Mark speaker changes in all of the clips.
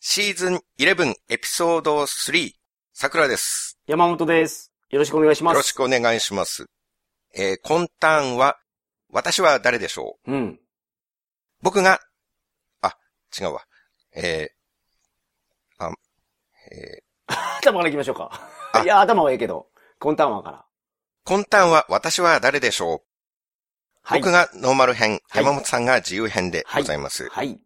Speaker 1: シーズン11エピソード3、桜です。
Speaker 2: 山本です。よろしくお願いしま
Speaker 1: よ
Speaker 2: す。
Speaker 1: ろしくお願いします。えー、今端は、私は誰でしょう
Speaker 2: うん。
Speaker 1: 僕が、あ、違うわ。えー、あ、え
Speaker 2: 頭から行きましょう
Speaker 1: あ
Speaker 2: か。いや、頭はいいけど、コンタンワから。
Speaker 1: ー、今端は私は誰でしょう、
Speaker 2: はい。
Speaker 1: 僕がノーマル編、
Speaker 2: はい
Speaker 1: 山本さんが自由編でございます、
Speaker 2: はい。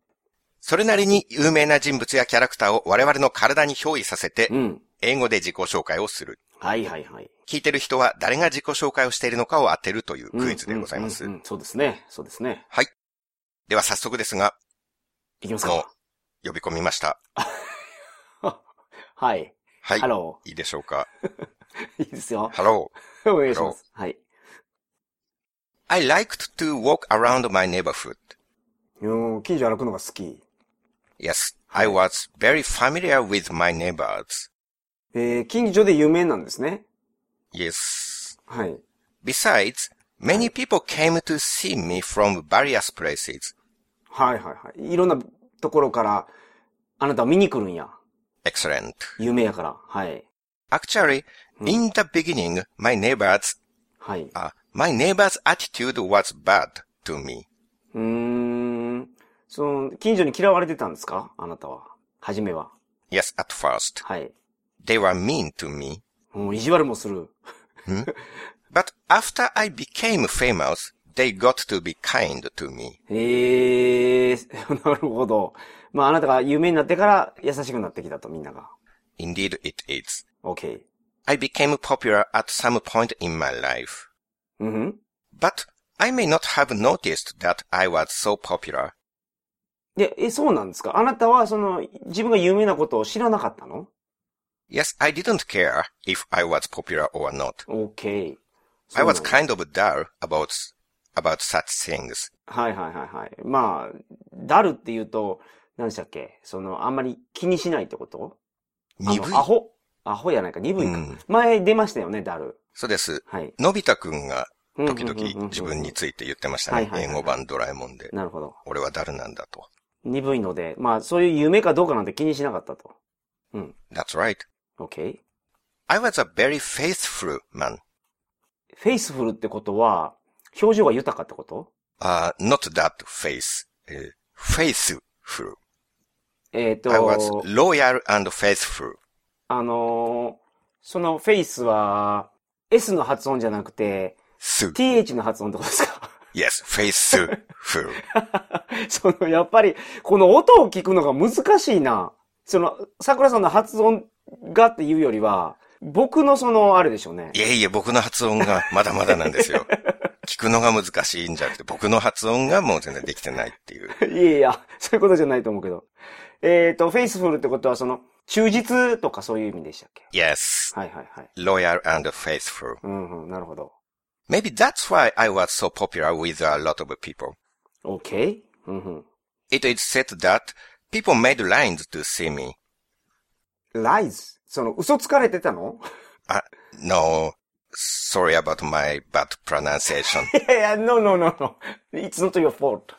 Speaker 1: それなりに有名な人物やキャラクターを我々の体に憑依させて、
Speaker 2: うん。
Speaker 1: 英語で自己紹介をする。
Speaker 2: はいはいはい。
Speaker 1: 聞いてる人は誰が自己紹介をしているのかを当てるというクイズでございま
Speaker 2: うんう
Speaker 1: す
Speaker 2: ん。うんそうですね。そうですね。
Speaker 1: では早速ですが、
Speaker 2: いきます
Speaker 1: もう
Speaker 2: か。
Speaker 1: 呼び込みました。
Speaker 2: はい。
Speaker 1: はい
Speaker 2: ハ。ロ
Speaker 1: いいでしょうか。
Speaker 2: ー。いい ですよ。
Speaker 1: Hello.
Speaker 2: お願いします。はい。
Speaker 1: I liked to walk around my neighborhood.
Speaker 2: うん、近所歩くのが好き。
Speaker 1: Yes, I was very familiar with my neighbors.
Speaker 2: えー、近所で有名なんですね。
Speaker 1: Yes.
Speaker 2: はい。
Speaker 1: Besides, many people came to see me from various places.
Speaker 2: はいはいはい。いろんなところから、あなたを見に来るんや。
Speaker 1: Excellent.
Speaker 2: 有名やから。はい。
Speaker 1: Actually, in the beginning, my neighbors,
Speaker 2: はい。
Speaker 1: uh, my neighbors' attitude was bad to me.
Speaker 2: うーん。その、近所に嫌われてたんですかあなたは。初めは。
Speaker 1: Yes, at first.
Speaker 2: はい。
Speaker 1: They were mean to me.
Speaker 2: もう意地悪もする。
Speaker 1: But after I became famous, they got to be kind to me.
Speaker 2: ええー、 なるほど。まあ、あなたが有名になってから優しくなってきたと、みんなが。
Speaker 1: Indeed it is.
Speaker 2: OK。
Speaker 1: I became popular at some point in my life.
Speaker 2: うんふん。
Speaker 1: But I may not have noticed that I was so popular.
Speaker 2: で、え、そうなんですかあなたは、その、自分が有名なことを知らなかったの
Speaker 1: Yes, I didn't care if I was popular or not.
Speaker 2: ?OK。
Speaker 1: I was
Speaker 2: そうなん
Speaker 1: kind
Speaker 2: だ
Speaker 1: of dull about about such things.
Speaker 2: はいはいはいはい。まあ、だるって言うと、何でしたっけその、あんまり気にしないってことあ
Speaker 1: 鈍い
Speaker 2: のア。ホ。アホやないか、鈍いか。
Speaker 1: うん
Speaker 2: 前出ましたよね、だる。
Speaker 1: そうです。
Speaker 2: はい。
Speaker 1: のび太くんが時
Speaker 2: うんうんうんうんう
Speaker 1: 々
Speaker 2: ん
Speaker 1: 自分について言ってましたね。
Speaker 2: はいはいはい
Speaker 1: 英
Speaker 2: はい
Speaker 1: 語版ドラえもんで。
Speaker 2: なるほど。
Speaker 1: 俺はダルなんだと。
Speaker 2: 鈍いので、まあ、そういう夢かどうかなんて気にしなかったと。
Speaker 1: That's right.
Speaker 2: OK?
Speaker 1: I was a very faithful man.
Speaker 2: フェイスフルってことは、表情が豊かってこと
Speaker 1: Uh, not that face. Uh, faithful.
Speaker 2: えっ、
Speaker 1: I was
Speaker 2: と、
Speaker 1: loyal and faithful.
Speaker 2: あのーそのフェイスは、S の発音じゃなくて、
Speaker 1: Su.
Speaker 2: TH の発音ってことですか
Speaker 1: Yes, faithful.
Speaker 2: その、やっぱり、この音を聞くのが難しいな。その、桜さんの発音がっていうよりは、僕のその、あれでしょうね
Speaker 1: い。えいえ、僕の発音がまだまだなん ですよ。聞くのが難しいんじゃなくて、僕の発音がもう全然できてないっていう。
Speaker 2: いやいや、そういうことじゃないと思うけど。えっ、と、フェイスフルってことは、その、忠実とかそういう意味でしたっけ
Speaker 1: Yes,
Speaker 2: はいはいはい。
Speaker 1: loyal and faithful.
Speaker 2: うんうん、なるほど。
Speaker 1: Maybe that's why I was so popular with a lot of people.
Speaker 2: OK? うんうん。
Speaker 1: It is said that people made lines to see me.
Speaker 2: ライズその、嘘つかれてたの
Speaker 1: Uh, no, sorry about my bad pronunciation.
Speaker 2: いやいや、no, no, no, no. It's not your fault.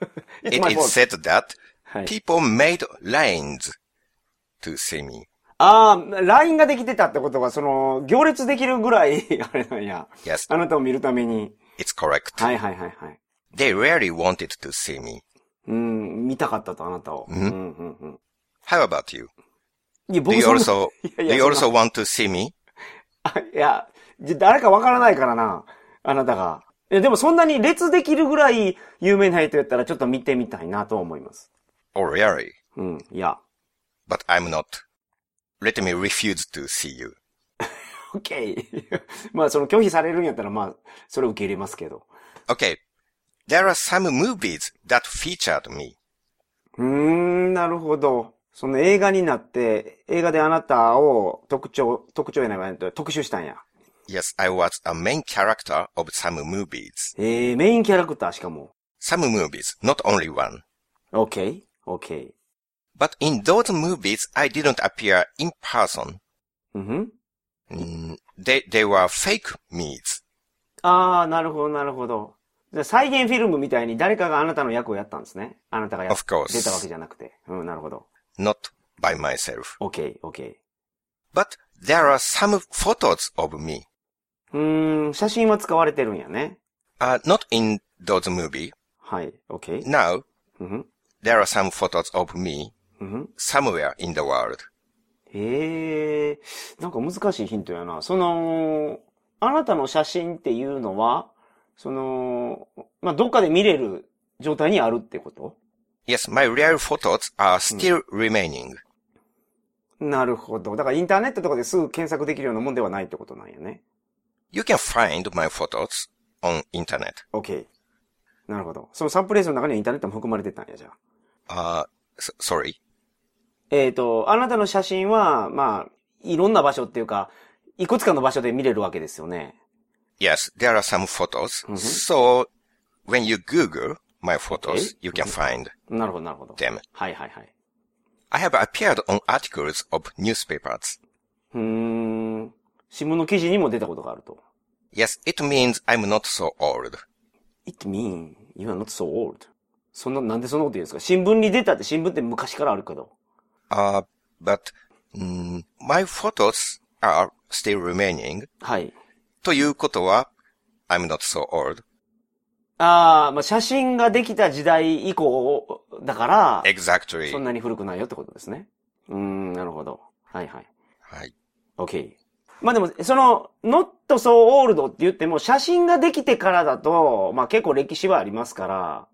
Speaker 2: It's
Speaker 1: It
Speaker 2: my
Speaker 1: is
Speaker 2: fault.
Speaker 1: said that
Speaker 2: はい
Speaker 1: people made lines to see me.
Speaker 2: ああ、LINE ができてたってことは、その、行列できるぐらい、 あれなんや。
Speaker 1: Yes,
Speaker 2: あなたを見るために。
Speaker 1: it's correct.
Speaker 2: はいはいはいはい。
Speaker 1: They rarely wanted to see me.
Speaker 2: うん、見たかったと、あなたを。うん、うん、うん。
Speaker 1: How about you?
Speaker 2: い
Speaker 1: Do
Speaker 2: や、僕
Speaker 1: you
Speaker 2: そんな
Speaker 1: also
Speaker 2: い
Speaker 1: do
Speaker 2: やいや
Speaker 1: you
Speaker 2: そんな
Speaker 1: also want to see me?
Speaker 2: あ いや、じゃ誰かわからないからな、あなたが。いや、でもそんなに列できるぐらい有名な人やったらちょっと見てみたいなと思います。
Speaker 1: Oh, really?
Speaker 2: うん、いや。
Speaker 1: But I'm not. Let me refuse to see you.
Speaker 2: OK。まあ、 その拒否されるんやったら、まあ、それ受け入れますけど。
Speaker 1: Okay. There are some movies that featured me.
Speaker 2: うーん、なるほど。その映画になって、映画であなたを特徴、特徴やないわね特集したんや。
Speaker 1: Yes, I was a main character of some movies.
Speaker 2: えー、メインキャラクターしかも。
Speaker 1: Some movies, not only one.
Speaker 2: OK? OK。
Speaker 1: But in those movies, I didn't appear in person.
Speaker 2: うんふん。
Speaker 1: Mm, they, they were fake me's.
Speaker 2: あー、なるほど、なるほど。じゃあ再現フィルムみたいに誰かがあなたの役をやったんですね。あなたがやっ
Speaker 1: Of course.
Speaker 2: 出たわけじゃなくて。うん、なるほど。
Speaker 1: Not by myself.
Speaker 2: OK, OK.
Speaker 1: But there are some photos of me.
Speaker 2: うーん、写真は使われてるんやね。
Speaker 1: Uh, not in those movie.
Speaker 2: はい、OK。
Speaker 1: Now,
Speaker 2: うんふん、
Speaker 1: there are some photos of me
Speaker 2: うんふん。
Speaker 1: somewhere in the world.
Speaker 2: ええなんか難しいヒントやな。その、あなたの写真っていうのは、その、まあ、どっかで見れる状態にあるってこと
Speaker 1: Yes, my real photos are still remaining.
Speaker 2: なるほど。だからインターネットとかですぐ検索できるようなもんではないってことなんやね。
Speaker 1: You can find my photos on internet.
Speaker 2: OK。なるほど。そのサンプレースの中にはインターネットも含まれてたんや、じゃあ。
Speaker 1: Uh, s- sorry.
Speaker 2: えっと、あなたの写真は、まあ、いろんな場所っていうか、いくつかの場所で見れるわけですよね。
Speaker 1: Yes, there are some photos. So when you Google my photos,
Speaker 2: Okay.
Speaker 1: you can find
Speaker 2: なるほど、なるほど。
Speaker 1: them.
Speaker 2: はいはいはい。
Speaker 1: I have appeared on articles of newspapers.
Speaker 2: うーん。新聞の記事にも出たことがあると。
Speaker 1: Yes, it means I'm not so old.
Speaker 2: It mean, you are not so old. そんな、なんでそんなこと言うんですか新聞に出たって新聞って昔からあるけど。
Speaker 1: Uh, but mm, my photos are still remaining.
Speaker 2: はい。
Speaker 1: ということは、I'm not so old.
Speaker 2: ああ、まあ、写真ができた時代以降だから、
Speaker 1: Exactly.
Speaker 2: そんなに古くないよってことですね。うーん、なるほど。はいはい。
Speaker 1: はい。
Speaker 2: OK。まあでも、その、not so old って言っても、写真ができてからだと、まあ結構歴史はありますから、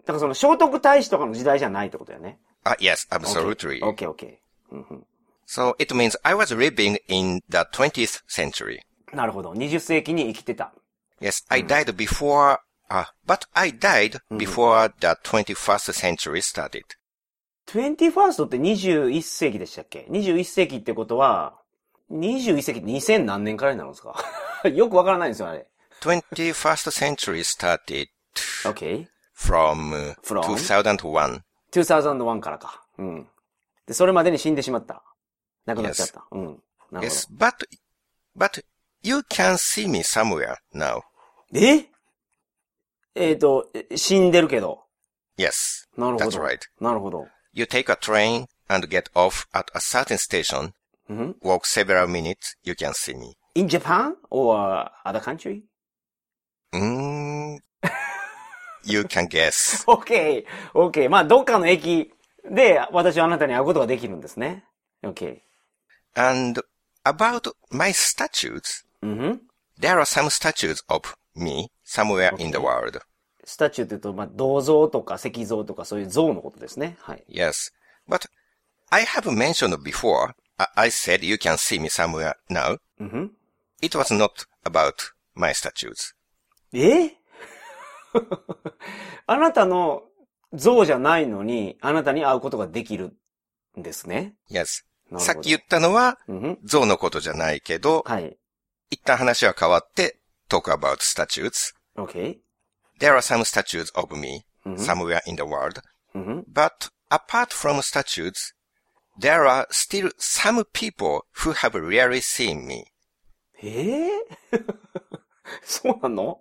Speaker 2: だからその聖徳太子とかの時代じゃないってことだよね。
Speaker 1: Ah, yes, absolutely.
Speaker 2: OK, OK. うんうん
Speaker 1: So it means I was living in the 20th century.
Speaker 2: なるほど。20世紀に生きてた。
Speaker 1: Yes, I died before, uh, but I died before the 21st century started.
Speaker 2: 21st って21世紀でしたっけ ?21 世紀ってことは、21世紀って2000何年からになるんですか よくわからないんですよ、あれ。
Speaker 1: 21st century started
Speaker 2: OK。
Speaker 1: from, uh,
Speaker 2: From?
Speaker 1: 2001.
Speaker 2: 2001からか。うん。で、それまでに死んでしまった。亡くなっちゃった。うん。なるほ
Speaker 1: Yes, but, but you can see me somewhere now.
Speaker 2: ど。ええっ、と、え死んでるけど。
Speaker 1: Yes,
Speaker 2: なるほ
Speaker 1: that's
Speaker 2: ど。
Speaker 1: right.
Speaker 2: なるほど。
Speaker 1: You take a train and get off at a certain station,
Speaker 2: うん、
Speaker 1: walk several minutes, you can see me.
Speaker 2: ?in Japan or other country?
Speaker 1: Mm, you can guess.
Speaker 2: OK, OK. まあ、どっかの駅で私はあなたに会うことができるんですね。OK。
Speaker 1: And about my statues,
Speaker 2: うんふん
Speaker 1: there are some statues of me somewhere in the world.
Speaker 2: スタチューって言うと、まあ、銅像とか石像とかそういう像のことですね。はい。
Speaker 1: Yes. But I have mentioned before, I, I said you can see me somewhere now.
Speaker 2: うんふん
Speaker 1: It was not about my statues.
Speaker 2: え あなたの像じゃないのに、あなたに会うことができるんですね。
Speaker 1: Yes.
Speaker 2: なるほど
Speaker 1: さっき言ったのは、
Speaker 2: うんふん
Speaker 1: 像のことじゃないけど、
Speaker 2: はい。
Speaker 1: 一旦話は変わって、talk about statues.
Speaker 2: OK?
Speaker 1: There are some statues of me
Speaker 2: Mhm.
Speaker 1: somewhere in the world.
Speaker 2: うんふん
Speaker 1: But apart from statues, there are still some people who have rarely seen me.
Speaker 2: ええ そうなの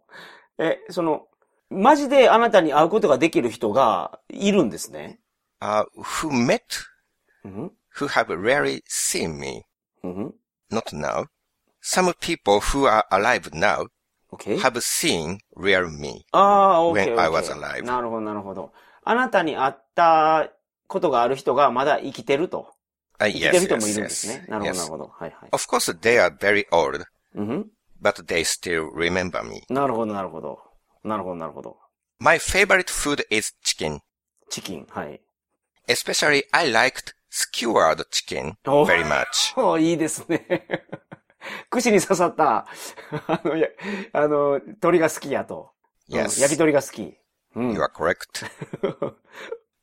Speaker 2: え、その、マジであなたに会うことができる人がいるんですね。
Speaker 1: Uh, who met,
Speaker 2: うんふ
Speaker 1: who
Speaker 2: ん
Speaker 1: have rarely seen me.
Speaker 2: うんふん
Speaker 1: Not now. Some people who are alive now
Speaker 2: OK?
Speaker 1: have seen real me.
Speaker 2: ああ、
Speaker 1: When
Speaker 2: OK, OK.
Speaker 1: I was alive.
Speaker 2: なるほど、なるほど。あなたに会ったことがある人がまだ生きてると。
Speaker 1: Uh,
Speaker 2: 生きてる
Speaker 1: yes,
Speaker 2: 人もい
Speaker 1: yes,
Speaker 2: るんですね。
Speaker 1: yes.
Speaker 2: なるほど、なる
Speaker 1: yes.
Speaker 2: ほど。はいはい。
Speaker 1: Of course, they are very old,
Speaker 2: うんふん
Speaker 1: but they still remember me.
Speaker 2: なるほど、なるほど。なるほど、なるほど。
Speaker 1: My favorite food is chicken.
Speaker 2: チキン、はい。
Speaker 1: Especially I liked skewered chicken
Speaker 2: Oh.
Speaker 1: very much.
Speaker 2: おいいですね。 串に刺さった、 あの、やあの、鳥が好きやと。うん
Speaker 1: Yes.
Speaker 2: 焼き鳥が好き。うん。
Speaker 1: You are correct.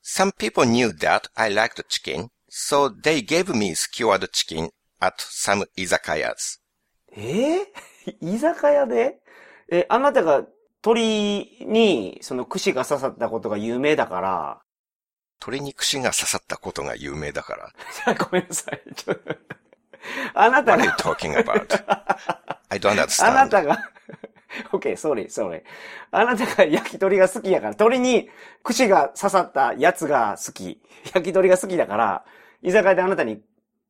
Speaker 1: Some people knew that I liked chicken, so they gave me skewered chicken at some izakayas.
Speaker 2: えー 居酒屋でえ、あなたが鳥に、その串が刺さったことが有名だから、
Speaker 1: 鶏に串が刺さったことが有名だから。
Speaker 2: ごめんなさい。ちょっと あなた
Speaker 1: What are you
Speaker 2: が、
Speaker 1: talking about? I don't
Speaker 2: あな
Speaker 1: understand.
Speaker 2: たが、 okay, sorry, sorry. あなたが焼き鳥が好きやから、鳥に串が刺さったやつが好き。焼き鳥が好きだから、居酒屋であなたに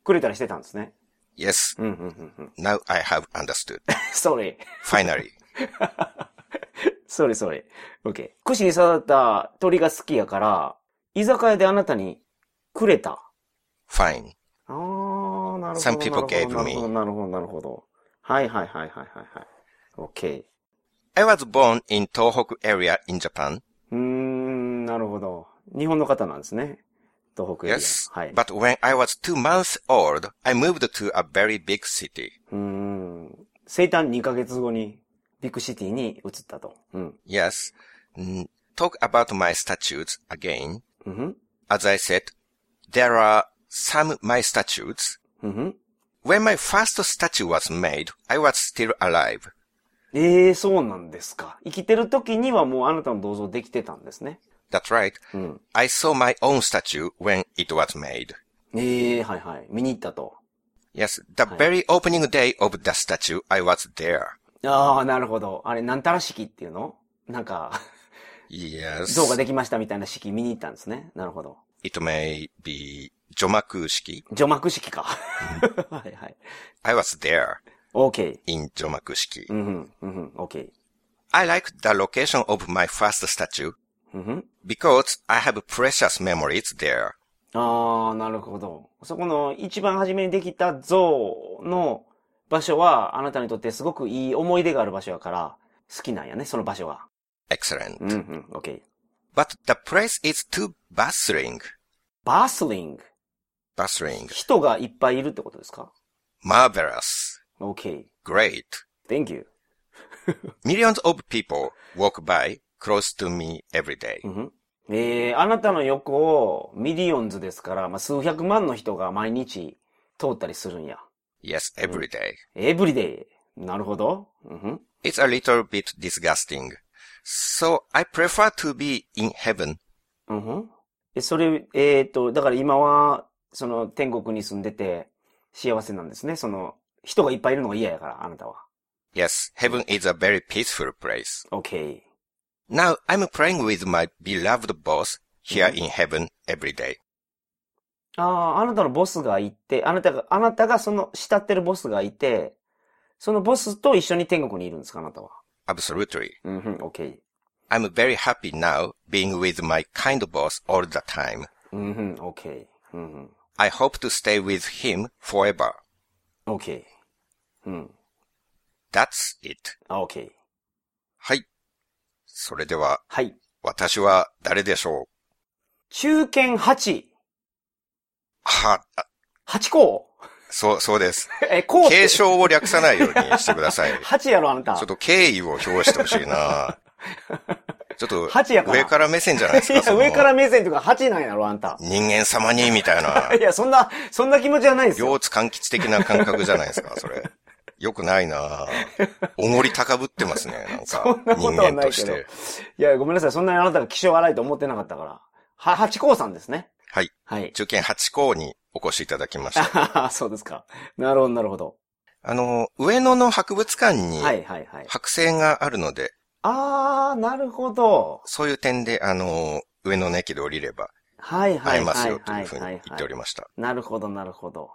Speaker 2: くれたりしてたんですね。
Speaker 1: Yes,
Speaker 2: うん、うん、うんうん。
Speaker 1: now I have understood.
Speaker 2: sorry,
Speaker 1: Finally.
Speaker 2: sorry, sorry. Okay. 串に刺さった鳥が好きやから、居酒屋であなたにくれた。
Speaker 1: Fine.
Speaker 2: ああ、なるほど。
Speaker 1: Some people
Speaker 2: なるほど
Speaker 1: gave me.
Speaker 2: なるほど、なるほど。はいはいはいはいはいはい。OK。
Speaker 1: I was born in Tohoku area in Japan.
Speaker 2: うーん、なるほど。日本の方なんですね。東北エリア。
Speaker 1: Yes.
Speaker 2: はい。
Speaker 1: But when I was two months old, I moved to a very big city.
Speaker 2: うーん。生誕2ヶ月後に、ビッグシティに移ったと。うん。
Speaker 1: Yes. Mm, Talk about my statutes again.
Speaker 2: うんふん。
Speaker 1: As I said, there are some my statutes.
Speaker 2: うんふん。
Speaker 1: When my first statue was made, I was still alive.
Speaker 2: ええー、そうなんですか。生きてる時にはもうあなたの銅像できてたんですね。
Speaker 1: That's right.
Speaker 2: Mm.
Speaker 1: I saw my own statue when it was made.
Speaker 2: ええー、はいはい。見に行ったと。
Speaker 1: Yes, the very opening day of the statue, I was there.
Speaker 2: ああ、なるほど。あれ、なんたら式っていうのなんか、
Speaker 1: Yes.
Speaker 2: 像ができましたみたいな式見に行ったんですね。なるほど。
Speaker 1: It may be 除幕式.
Speaker 2: 除幕式か。 はいはい。
Speaker 1: I was there
Speaker 2: OK。
Speaker 1: in 除幕式.
Speaker 2: うんふん。うんふん。OK。
Speaker 1: I like the location of my first statue
Speaker 2: うんふん。
Speaker 1: because I have precious memories there.
Speaker 2: ああ、なるほど。そこの一番初めにできた像の場所は、あなたにとってすごくいい思い出がある場所やから、好きなんやね、その場所が。
Speaker 1: Excellent.
Speaker 2: うんうん、OK。
Speaker 1: But the place is too bustling.
Speaker 2: バスリング。
Speaker 1: Bustling.
Speaker 2: 人がいっぱいいるってことですか
Speaker 1: Marvelous.
Speaker 2: ?OK。
Speaker 1: Great.
Speaker 2: Thank you.
Speaker 1: Millions of people walk by close to me every day.
Speaker 2: うんふんえー、あなたの横をミリオンズですから、まあ、数百万の人が毎日通ったりするんや。
Speaker 1: Yes, every day.
Speaker 2: エブリデイ。なるほど。うんふん
Speaker 1: It's a little bit disgusting. So I prefer to be in heaven.
Speaker 2: うんふん。え、それ、えっと、だから今は、その天国に住んでて幸せなんですね。その、人がいっぱいいるのが嫌やから、あなたは。
Speaker 1: Yes, heaven is a very peaceful place.
Speaker 2: OK。
Speaker 1: Now I'm praying with my beloved boss here in heaven every day.
Speaker 2: ああ、あなたのボスがいて、あなたが、あなたがその慕ってるボスがいて、そのボスと一緒に天国にいるんですか、あなたは。
Speaker 1: Absolutely.
Speaker 2: うんふん、OK。
Speaker 1: I'm very happy now being with my kind boss all the time.
Speaker 2: うんふん、OK。うんふん。
Speaker 1: I hope to stay with him forever.
Speaker 2: OK。うん。
Speaker 1: That's it.
Speaker 2: あ、OK。
Speaker 1: はい。それでは、
Speaker 2: はい。
Speaker 1: 私は誰でしょう
Speaker 2: 中堅8。
Speaker 1: は、あ
Speaker 2: 8校
Speaker 1: そう、そうです。
Speaker 2: え、校って
Speaker 1: 継承を略さないようにしてくだ さい。ち
Speaker 2: 8やろ、あなた。
Speaker 1: ょっと敬意を表してほしい なちょっと、
Speaker 2: 八やから
Speaker 1: 上から目線じゃないですか。
Speaker 2: いや、
Speaker 1: その
Speaker 2: 上から目線とか8なんやろ、あんた。
Speaker 1: 人間様に、みたいな。
Speaker 2: いや、そんな、そんな気持ちはな いですよ。
Speaker 1: 両津柑橘的な感覚じゃないですか、それ。よくないなぁおごり高ぶって ますね、なん
Speaker 2: そんな
Speaker 1: か。
Speaker 2: こ
Speaker 1: 人
Speaker 2: とは
Speaker 1: 間
Speaker 2: ない
Speaker 1: と
Speaker 2: け
Speaker 1: し
Speaker 2: ど。い
Speaker 1: て。
Speaker 2: や、ごめんなさい。そんなにあなたが気性荒いと思ってなかったから。は、八甲さんですね。
Speaker 1: はい。
Speaker 2: はい。
Speaker 1: 中堅八校にお越しいただきました。
Speaker 2: そうですか。なるほど、なるほど。
Speaker 1: あの、上野の博物館に
Speaker 2: はい、はい、はい。
Speaker 1: 剥製があるので、
Speaker 2: あー、なるほど。
Speaker 1: そういう点で、あの、上野の駅で降りれば
Speaker 2: はい、は
Speaker 1: 会
Speaker 2: い、
Speaker 1: えま
Speaker 2: は
Speaker 1: す
Speaker 2: い、
Speaker 1: よと
Speaker 2: はいい、
Speaker 1: うふうに
Speaker 2: は
Speaker 1: 言
Speaker 2: い。
Speaker 1: っておりました。
Speaker 2: なるほど、なるほど。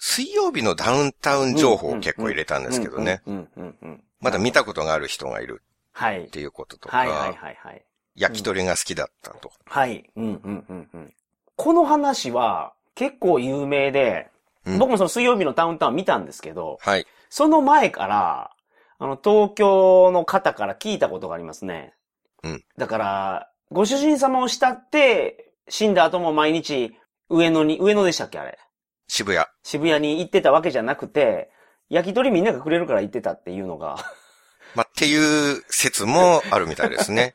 Speaker 1: 水曜日のダウンタウン情報を結構入れたんですけどね。
Speaker 2: うん、うん、うん。
Speaker 1: まだ見たことがある人がいる
Speaker 2: はい
Speaker 1: っ。ていうことと
Speaker 2: はい、はい、
Speaker 1: か、
Speaker 2: はい、はい。
Speaker 1: 焼き鳥が好きだったと。
Speaker 2: はい。うん、うん、うん、うん。この話は結構有名で、
Speaker 1: うん
Speaker 2: 僕もその水曜日のダウンタウン見たんですけど、
Speaker 1: はい。
Speaker 2: その前から、あの、東京の方から聞いたことがありますね。
Speaker 1: うん。
Speaker 2: だから、ご主人様を慕って、死んだ後も毎日、上野に、上野でしたっけあれ。
Speaker 1: 渋谷。
Speaker 2: 渋谷に行ってたわけじゃなくて、焼き鳥みんながくれるから行ってたっていうのが。
Speaker 1: まあ、っていう説もあるみたいです ね。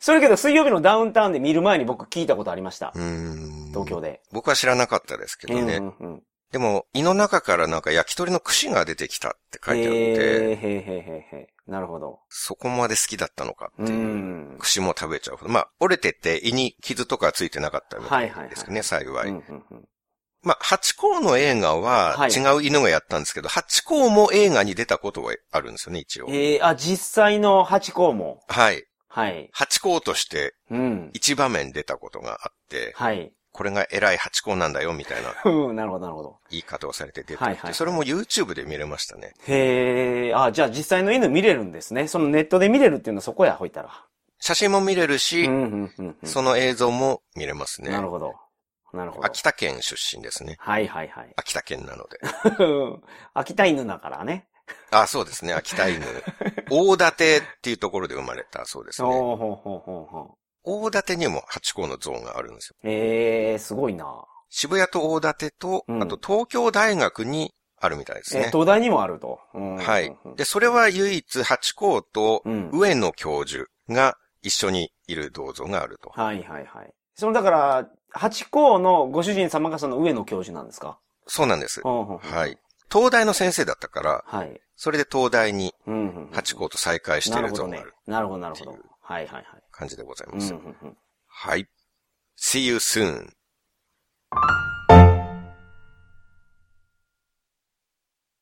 Speaker 2: それけど、水曜日のダウンタウンで見る前に僕聞いたことありました
Speaker 1: う。ーん
Speaker 2: 東京で。
Speaker 1: 僕は知らなかったですけど
Speaker 2: うんう
Speaker 1: ね。
Speaker 2: んうん。
Speaker 1: でも、胃の中からなんか焼き鳥の串が出てきたって書いてあって、
Speaker 2: へーへーへーへーへーなるほど。
Speaker 1: そこまで好きだったのか
Speaker 2: う
Speaker 1: っていう。
Speaker 2: ん。
Speaker 1: 串も食べちゃうほど。まあ、折れてて胃に傷とかついてなかったみた
Speaker 2: はいはいはい
Speaker 1: いですね、幸
Speaker 2: う
Speaker 1: い。
Speaker 2: んうんうん
Speaker 1: まあ、ハチ公の映画は
Speaker 2: はい
Speaker 1: 違う犬がやったんですけど、ハチ公も映画に出たことはあるんですよね、一応。
Speaker 2: えー、あ、実際のハチ公も。
Speaker 1: はい。
Speaker 2: はい。
Speaker 1: ハチ公として
Speaker 2: うん。
Speaker 1: 一場面出たことがあって、
Speaker 2: はい。
Speaker 1: これが偉いハチ公なんだよ、みたいな
Speaker 2: うん、なるほど、なるほど。
Speaker 1: 言い方をされて出てきて、
Speaker 2: はいはいはい
Speaker 1: それも YouTube で見れましたね。
Speaker 2: へえ、あ、じゃあ実際の犬見れるんですね。そのネットで見れるっていうのはそこや、ほいたら。
Speaker 1: 写真も見れる
Speaker 2: う
Speaker 1: し、
Speaker 2: ん、うん、うん。うん
Speaker 1: その映像も見れますね
Speaker 2: な。るほど。なるほど。
Speaker 1: 秋田県出身ですね。
Speaker 2: はい、は い、はい。
Speaker 1: 秋田県なので。
Speaker 2: 秋田犬だからね。
Speaker 1: あ、そうですね、秋田犬。 大館っていうところで生まれたそうですね。
Speaker 2: おーほうほうほうほ
Speaker 1: 大館にもハチ公の像があるんですよ。
Speaker 2: う。ええ、すごいな。
Speaker 1: 渋谷と大館と、
Speaker 2: うん
Speaker 1: あと東京大学にあるみたいです
Speaker 2: え
Speaker 1: ね。
Speaker 2: 東大にもあると。うん
Speaker 1: はい
Speaker 2: うんうん
Speaker 1: で、それは唯一ハチ公と
Speaker 2: うん。
Speaker 1: 上野教授が一緒にいる銅像があると。
Speaker 2: はいはいはい。そのだから、八校のご主人様がその上野教授なんですか
Speaker 1: そうなんです。は。。
Speaker 2: はい
Speaker 1: 東大の先生だったから、
Speaker 2: はい。
Speaker 1: それで東大に
Speaker 2: うんうんうん
Speaker 1: ハチ公と再会して
Speaker 2: ないる
Speaker 1: る
Speaker 2: ほ
Speaker 1: 像
Speaker 2: ど
Speaker 1: が
Speaker 2: ね
Speaker 1: ある。
Speaker 2: なるほどなるほど
Speaker 1: ってい。
Speaker 2: はいはいはい。
Speaker 1: 感じでござい
Speaker 2: うん
Speaker 1: ます。
Speaker 2: うんうん
Speaker 1: はい。See you soon.